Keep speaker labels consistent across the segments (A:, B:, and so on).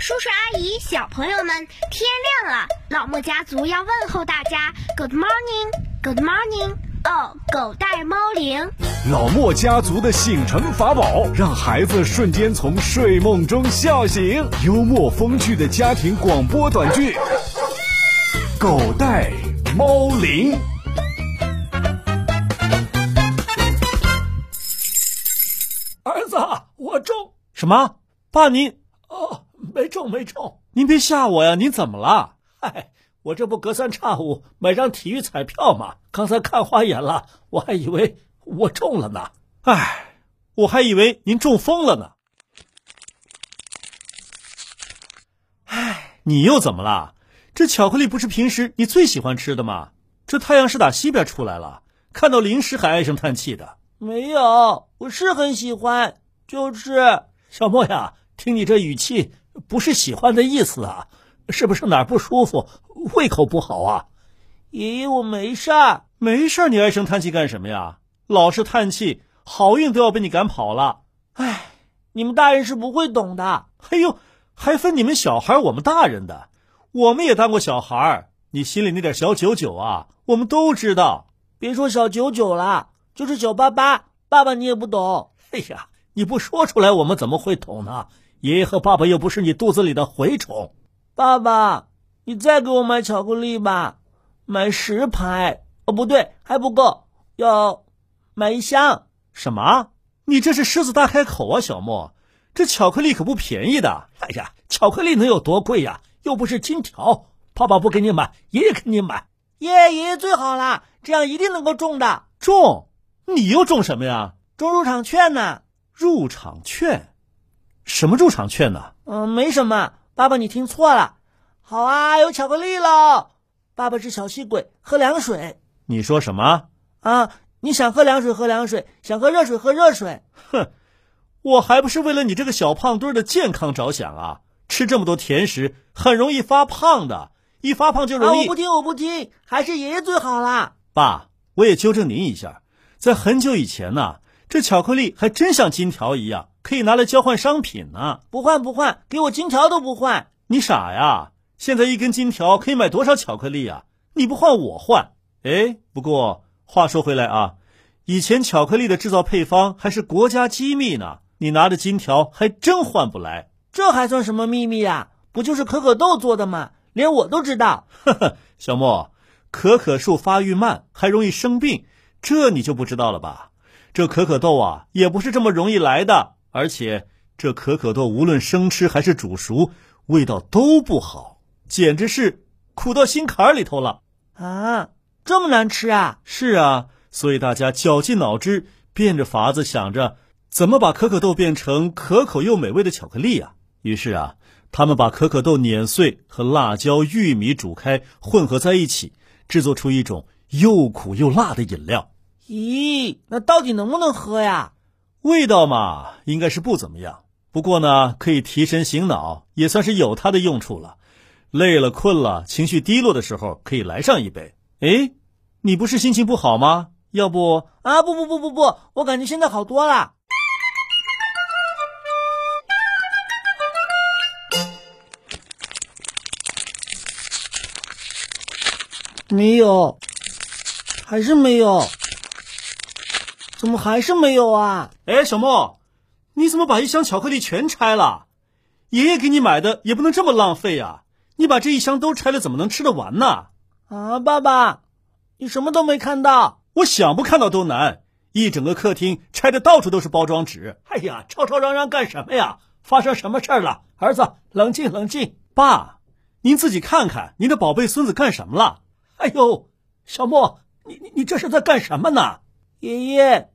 A: 叔叔阿姨、小朋友们，天亮了，老莫家族要问候大家，Good morning，Good morning。哦，狗带猫铃。
B: 老莫家族的醒神法宝，让孩子瞬间从睡梦中笑醒。幽默风趣的家庭广播短剧，《狗带猫铃》。
C: 儿子，我中
D: 什么？爸您
C: 哦，没中没中。
D: 您别吓我呀！您怎么了？
C: 嗨，我这不隔三差五买张体育彩票嘛，刚才看花眼了，我还以为我中了呢。
D: 唉，我还以为您中风了呢。唉，你又怎么了？这巧克力不是平时你最喜欢吃的吗？这太阳是打西边出来了，看到零食还唉声叹气的。
C: 没有，我是很喜欢，就是小莫呀，听你这语气，不是喜欢的意思啊，是不是哪儿不舒服，胃口不好啊？爷爷，我没事儿。
D: 没事儿，你唉声叹气干什么呀？老是叹气，好运都要被你赶跑了。
C: 唉，你们大人是不会懂的。
D: 哎呦，还分你们小孩儿我们大人的，我们也当过小孩儿，你心里那点小九九啊，我们都知道。
C: 别说小九九了，就是九八八，爸爸你也不懂。哎呀，你不说出来，我们怎么会懂呢？爷爷和爸爸又不是你肚子里的蛔虫。爸爸，你再给我买巧克力吧，买十排。哦，不对，还不够，要买一箱。
D: 什么？你这是狮子大开口啊，小莫！这巧克力可不便宜的。
C: 哎呀，巧克力能有多贵呀？又不是金条。爸爸不给你买，爷爷给你买。耶，爷爷最好啦，这样一定能够中的。
D: 中，你又中什么呀？
C: 中入场券呢？
D: 入场券？什么入场券呢？
C: 嗯，没什么，爸爸你听错了。好啊，有巧克力喽！爸爸是小气鬼，喝凉水
D: 你说什么？
C: 啊！你想喝凉水喝凉水，想喝热水喝热水。
D: 我还不是为了你这个小胖墩儿的健康着想啊！吃这么多甜食，很容易发胖的，一发胖就
C: 啊！
D: 容易。
C: 我不听，我不听，还是爷爷最好啦。
D: 爸，我也纠正您一下，在很久以前呐，这巧克力还真像金条一样，可以拿来交换商品呢、
C: 不换不换，给我金条都不换。
D: 你傻呀？现在一根金条可以买多少巧克力啊？你不换我换。哎，不过话说回来啊，以前巧克力的制造配方还是国家机密呢，你拿着金条还真换不来。
C: 这还算什么秘密呀、不就是可可豆做的吗？连我都知道。
D: 小莫，可可树发育慢，还容易生病，这你就不知道了吧？这可可豆啊，也不是这么容易来的，而且这可可豆无论生吃还是煮熟，味道都不好，简直是苦到心坎儿里头了。
C: 啊，这么难吃啊！
D: 是啊，所以大家绞尽脑汁，变着法子想着怎么把可可豆变成可口又美味的巧克力啊。于是啊，他们把可可豆碾碎和辣椒、玉米煮开，混合在一起，制作出一种又苦又辣的饮料。
C: 咦，那到底能不能喝呀？
D: 味道嘛，应该是不怎么样。不过呢，可以提神醒脑，也算是有它的用处了。累了、困了、情绪低落的时候，可以来上一杯。哎，你不是心情不好吗？要不
C: 啊，不不不不不，我感觉现在好多了。没有，还是没有，怎么还是没有啊？
D: 哎，小莫，你怎么把一箱巧克力全拆了？爷爷给你买的也不能这么浪费呀、你把这一箱都拆了，怎么能吃得完呢？
C: 啊，爸爸，你什么都没看到？
D: 我想不看到都难。一整个客厅拆的到处都是包装纸。
C: 哎呀，吵吵嚷嚷干什么呀？发生什么事儿了？儿子，冷静冷静。
D: 爸，您自己看看，您的宝贝孙子干什么了？
C: 哎呦，小莫，你你你这是在干什么呢？爷爷，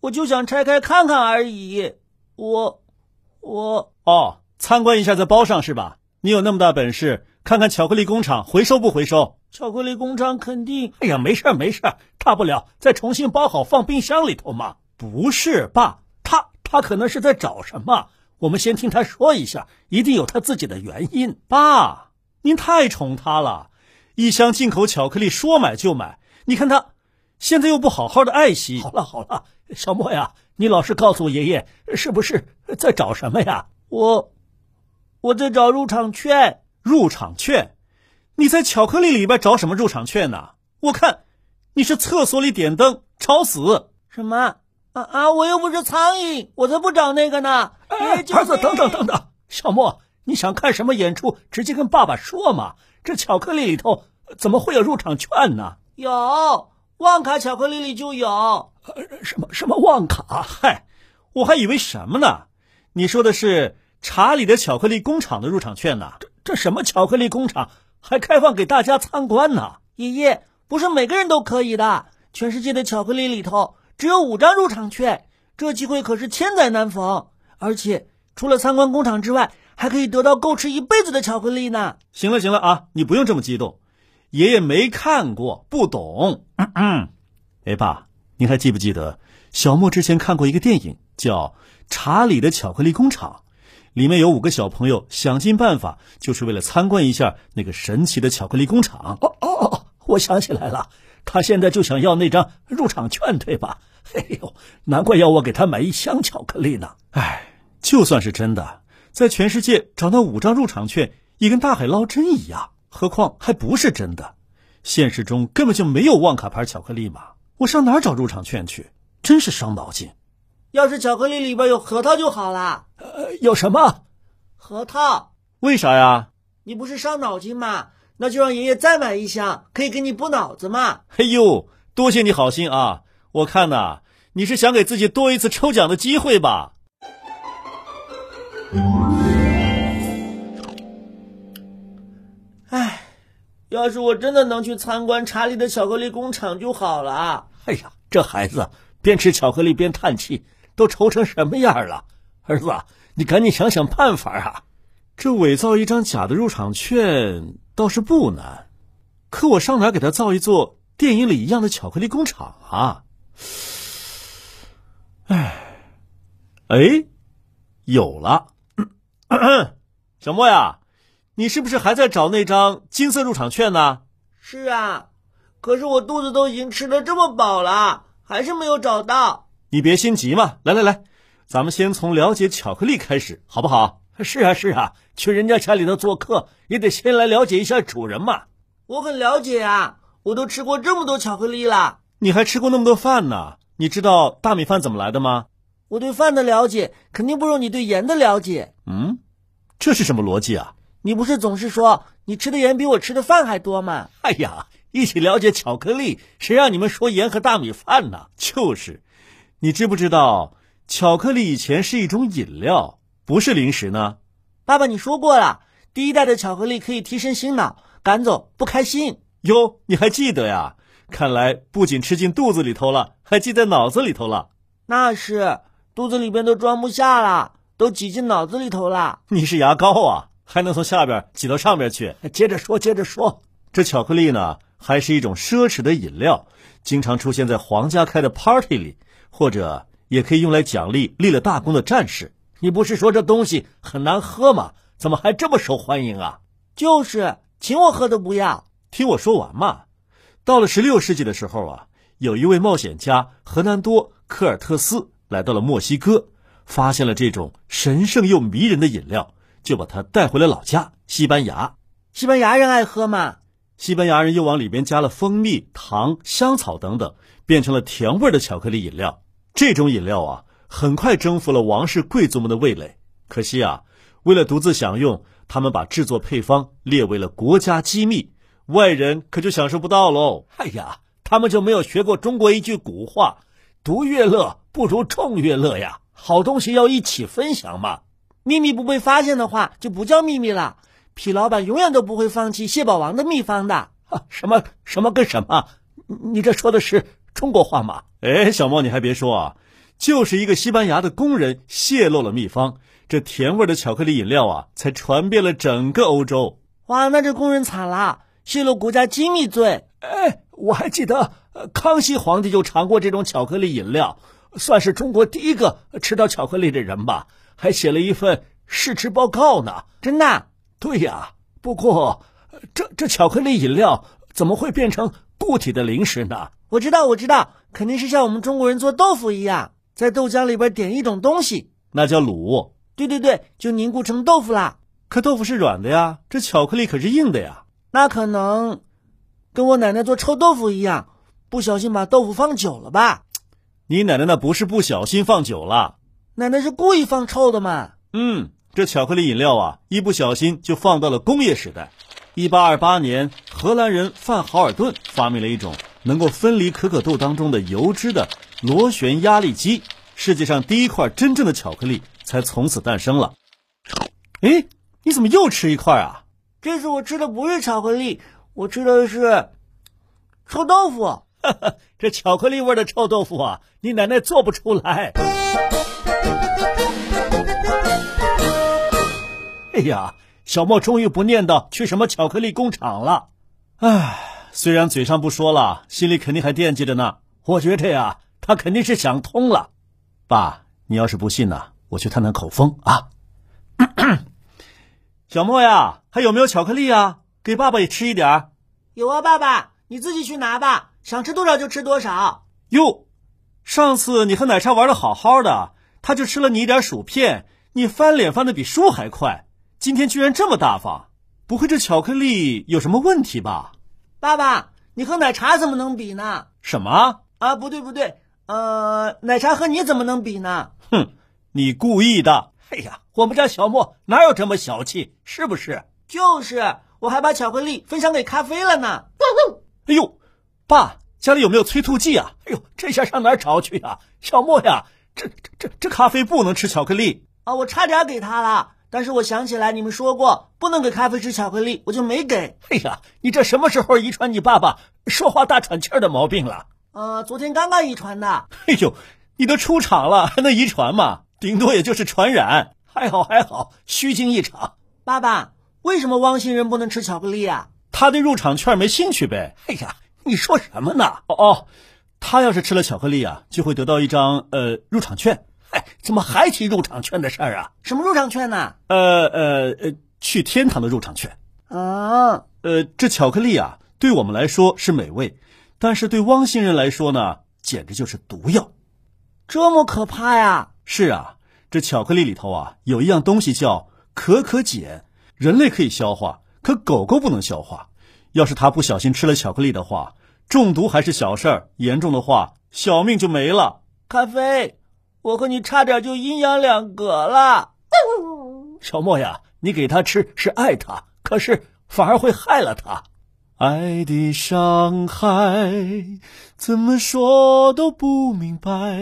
C: 我就想拆开看看而已。我，我
D: 哦，参观一下再包上是吧？你有那么大本事，看看巧克力工厂回收不回收？
C: 巧克力工厂肯定……哎呀，没事儿没事儿，大不了再重新包好放冰箱里头嘛。
D: 不是，爸，
C: 他他可能是在找什么？我们先听他说一下，一定有他自己的原因。
D: 爸，您太宠他了，一箱进口巧克力说买就买，你看他现在又不好好的爱惜。
C: 好了好了，小莫呀，你老实告诉爷爷，是不是在找什么呀？我，我在找入场券。
D: 入场券？你在巧克力里边找什么入场券呢？我看你是厕所里点灯吵死。
C: 什么？啊啊！我又不是苍蝇，我才不找那个呢。
D: 哎，
C: 就是、
D: 儿子，等等等等，小莫，你想看什么演出，直接跟爸爸说嘛。这巧克力里头呃怎么会有入场券呢？
C: 有，旺卡巧克力里就有。
D: 什么什么旺卡？嗨，我还以为什么呢？你说的是查理的巧克力工厂的入场券呢？这这什么巧克力工厂还开放给大家参观呢？
C: 爷爷，不是每个人都可以的。全世界的巧克力里头只有五张入场券，这机会可是千载难逢。而且除了参观工厂之外，还可以得到够吃一辈子的巧克力呢。
D: 行了行了啊，你不用这么激动，爷爷没看过，不懂。嗯嗯，哎爸，您还记不记得小莫之前看过一个电影叫《查理的巧克力工厂》，里面有五个小朋友想尽办法，就是为了参观一下那个神奇的巧克力工厂。
C: 哦哦哦，
D: 我想起来了，他现在就想要那张入场券，对吧？哎呦，难怪要我给他买一箱巧克力呢。哎，就算是真的，在全世界找那五张入场券也跟大海捞针一样，何况还不是真的。现实中根本就没有旺卡牌巧克力嘛，我上哪儿找入场券去？真是伤脑筋。
C: 要是巧克力里边有核桃就好啦。
D: 呃，有什么？
C: 核桃？
D: 为啥呀？
C: 你不是伤脑筋吗？那就让爷爷再买一箱，可以给你补脑子嘛。
D: 哎呦，多谢你好心啊！我看呐、你是想给自己多一次抽奖的机会吧？
C: 要是我真的能去参观查理的巧克力工厂就好了。啊
D: 哎呀，这孩子边吃巧克力边叹气，都愁成什么样了？儿子，你赶紧想想办法啊！这伪造一张假的入场券倒是不难，可我上哪给他造一座电影里一样的巧克力工厂啊？哎，哎，有了！ 小莫呀，你是不是还在找那张金色入场券呢？
C: 是啊，可是我肚子都已经吃的这么饱了，还是没有找到。
D: 你别心急嘛，来来来，咱们先从了解巧克力开始，好不好？是啊，是啊，去人家家里头做客，也得先来了解一下主人嘛。
C: 我很了解啊，我都吃过这么多巧克力了。
D: 你还吃过那么多饭呢？你知道大米饭怎么来的吗？
C: 我对饭的了解肯定不如你对盐的了解。
D: 嗯，这是什么逻辑啊？
C: 你不是总是说你吃的盐比我吃的饭还多吗？
D: 哎呀，一起了解巧克力，谁让你们说盐和大米饭呢？就是，你知不知道巧克力以前是一种饮料，不是零食呢？
C: 爸爸，你说过了，第一代的巧克力可以提神醒脑，赶走不开心。
D: 哟，你还记得呀？看来不仅吃进肚子里头了，还记在脑子里头了。
C: 那是肚子里边都装不下了，都挤进脑子里头了。
D: 你是牙膏啊，还能从下边挤到上边去？
C: 哎
D: 接着说，接着说。这巧克力呢，还是一种奢侈的饮料，经常出现在皇家开的 party 里，或者也可以用来奖励立了大功的战士。你不是说这东西很难喝吗？怎么还这么受欢迎啊？
C: 就是，请我喝都不要。
D: 听我说完嘛。到了16世纪的时候啊，有一位冒险家荷南多·科尔特斯来到了墨西哥，发现了这种神圣又迷人的饮料，就把它带回了老家西班牙。
C: 西班牙人爱喝嘛，
D: 西班牙人又往里边加了蜂蜜、糖、香草等等，变成了甜味儿的巧克力饮料。这种饮料啊，很快征服了王室贵族们的味蕾。可惜啊，为了独自享用，他们把制作配方列为了国家机密，外人可就享受不到喽。哎呀，他们就没有学过中国一句古话：“独乐乐不如众乐乐”呀，好东西要一起分享嘛。
C: 秘密不被发现的话，就不叫秘密了。痞老板永远都不会放弃蟹堡王的秘方的。
D: 啊，什么什么跟什么？你你这说的是中国话吗？哎，小猫，你还别说啊，就是一个西班牙的工人泄露了秘方，这甜味儿的巧克力饮料啊，才传遍了整个欧洲。
C: 哇，那这工人惨了，泄露国家机密罪。
D: 哎， 我还记得、呃康熙皇帝就尝过这种巧克力饮料，算是中国第一个吃到巧克力的人吧，还写了一份试吃报告呢。啊
C: 真的，
D: 对呀，不过呃这这巧克力饮料怎么会变成固体的零食呢？
C: 我知道，我知道，肯定是像我们中国人做豆腐一样，在豆浆里边点一种东西，
D: 那叫卤。
C: 对对对，就凝固成豆腐啦。
D: 可豆腐是软的呀，这巧克力可是硬的呀。
C: 那可能跟我奶奶做臭豆腐一样，不小心把豆腐放久了吧？
D: 你奶奶那不是不小心放久了，
C: 奶奶是故意放臭的嘛？
D: 嗯，这巧克力饮料啊，一不小心就放到了工业时代。一八二八年，荷兰人范豪尔顿发明了一种能够分离可可豆当中的油脂的螺旋压力机，世界上第一块真正的巧克力才从此诞生了。哎，你怎么又吃一块啊？
C: 这次我吃的不是巧克力，我吃的是臭豆腐。
D: 这巧克力味的臭豆腐啊，你奶奶做不出来。哎呀，小莫终于不念叨去什么巧克力工厂了。唉，虽然嘴上不说了，心里肯定还惦记着呢。我觉着呀，他肯定是想通了。爸，你要是不信呢、啊，我去探探口风啊。 小莫呀，还有没有巧克力啊？给爸爸也吃一点儿。
C: 有啊，爸爸，你自己去拿吧，想吃多少就吃多少。
D: 哟，上次你和奶茶玩的好好的，他就吃了你一点薯片，你翻脸翻的比书还快。今天居然这么大方，不会这巧克力有什么问题吧？
C: 爸爸，你和奶茶怎么能比呢？
D: 什么？
C: 啊，不对不对，呃，奶茶和你怎么能比呢？
D: 哼，你故意的。哎呀，我们家小莫哪有这么小气，是不是？
C: 就是，我还把巧克力分享给咖啡了呢。
D: 哎呦，爸，家里有没有催吐剂啊？哎呦，这下上哪儿找去啊？小莫呀，这这这咖啡不能吃巧克力
C: 啊！我差点给他了，但是我想起来你们说过不能给咖啡吃巧克力，我就没给。
D: 哎呀，你这什么时候遗传你爸爸说话大喘气儿的毛病了？
C: 呃，昨天刚刚遗传的。
D: 哎呦，你都出厂了还能遗传吗？顶多也就是传染，还好还好，虚惊一场。
C: 爸爸，为什么汪星人不能吃巧克力呀、
D: 啊？他对入场券没兴趣呗。哎呀，你说什么呢？哦哦，他要是吃了巧克力啊，就会得到一张呃入场券。哎，怎么还提入场券的事儿啊？
C: 什么入场券呢、啊？
D: 呃呃呃，去天堂的入场券。
C: 啊，
D: 呃，这巧克力啊，对我们来说是美味，但是对汪星人来说呢，简直就是毒药。
C: 这么可怕呀！
D: 是啊，这巧克力里头啊有一样东西叫可可碱，人类可以消化，可狗狗不能消化。要是它不小心吃了巧克力的话，中毒还是小事儿，严重的话小命就没了。
C: 咖啡，我和你差点就阴阳两隔了。
D: 小莫呀，你给它吃是爱它，可是反而会害了它。爱的伤害，怎么说都不明白。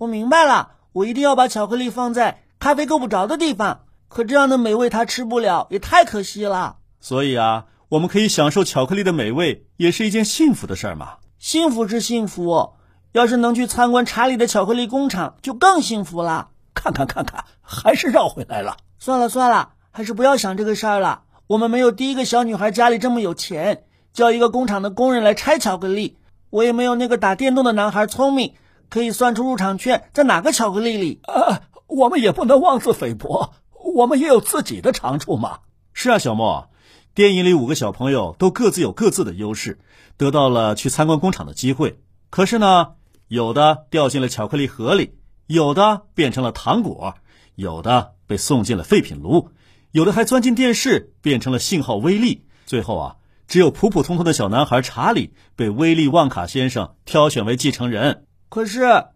C: 我明白了，我一定要把巧克力放在咖啡够不着的地方。可这样的美味他吃不了，也太可惜了。
D: 所以啊，我们可以享受巧克力的美味，也是一件幸福的事儿嘛。
C: 幸福是幸福，哦要是能去参观查理的巧克力工厂，就更幸福了。
D: 看看看看，还是绕回来了。
C: 算了算了，还是不要想这个事儿了。我们没有第一个小女孩家里这么有钱。叫一个工厂的工人来拆巧克力，我也没有那个打电动的男孩聪明，可以算出入场券在哪个巧克力里。
D: 啊，我们也不能妄自菲薄，我们也有自己的长处嘛。是啊，小莫，电影里五个小朋友都各自有各自的优势，得到了去参观工厂的机会。可是呢，有的掉进了巧克力盒里，有的变成了糖果，有的被送进了废品炉，有的还钻进电视变成了信号微粒。最后啊。只有普普通通的小男孩查理被威利旺卡先生挑选为继承人。
C: 可是，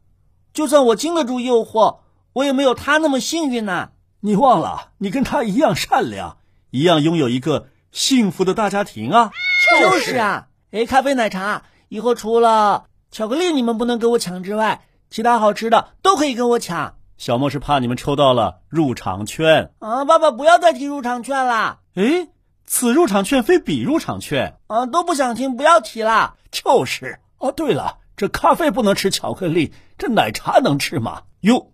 C: 就算我经得住诱惑，我也没有他那么幸运呐、啊。
D: 你忘了，你跟他一样善良，一样拥有一个幸福的大家庭啊！
C: 就是啊，哎，咖啡奶茶，以后除了巧克力你们不能跟我抢之外，其他好吃的都可以跟我抢。
D: 小莫是怕你们抽到了入场券
C: 啊！爸爸，不要再提入场券啦！
D: 哎。此入场券非彼入场券
C: 啊，都不想听，不要提啦。
D: 就是哦，对了，这咖啡不能吃巧克力，这奶茶能吃吗？哟，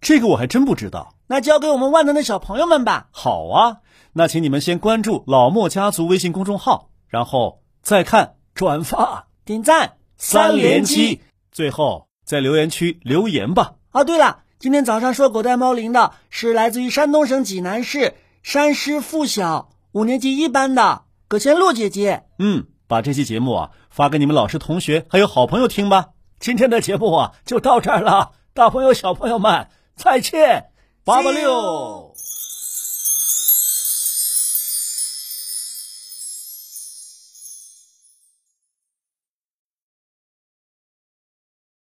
D: 这个我还真不知道。
C: 那交给我们万能的小朋友们吧。
D: 好啊，那请你们先关注老莫家族微信公众号，然后再看、转发、
C: 点赞
D: 三连击，最后在留言区留言吧。
C: 哦、啊，对了，今天早上说狗带猫铃的是来自于山东省济南市山师附小。五年级一班的葛千露姐姐，
D: 嗯，把这期节目啊发给你们老师、同学还有好朋友听吧。今天的节目啊就到这儿了，大朋友、小朋友们再见，八八六。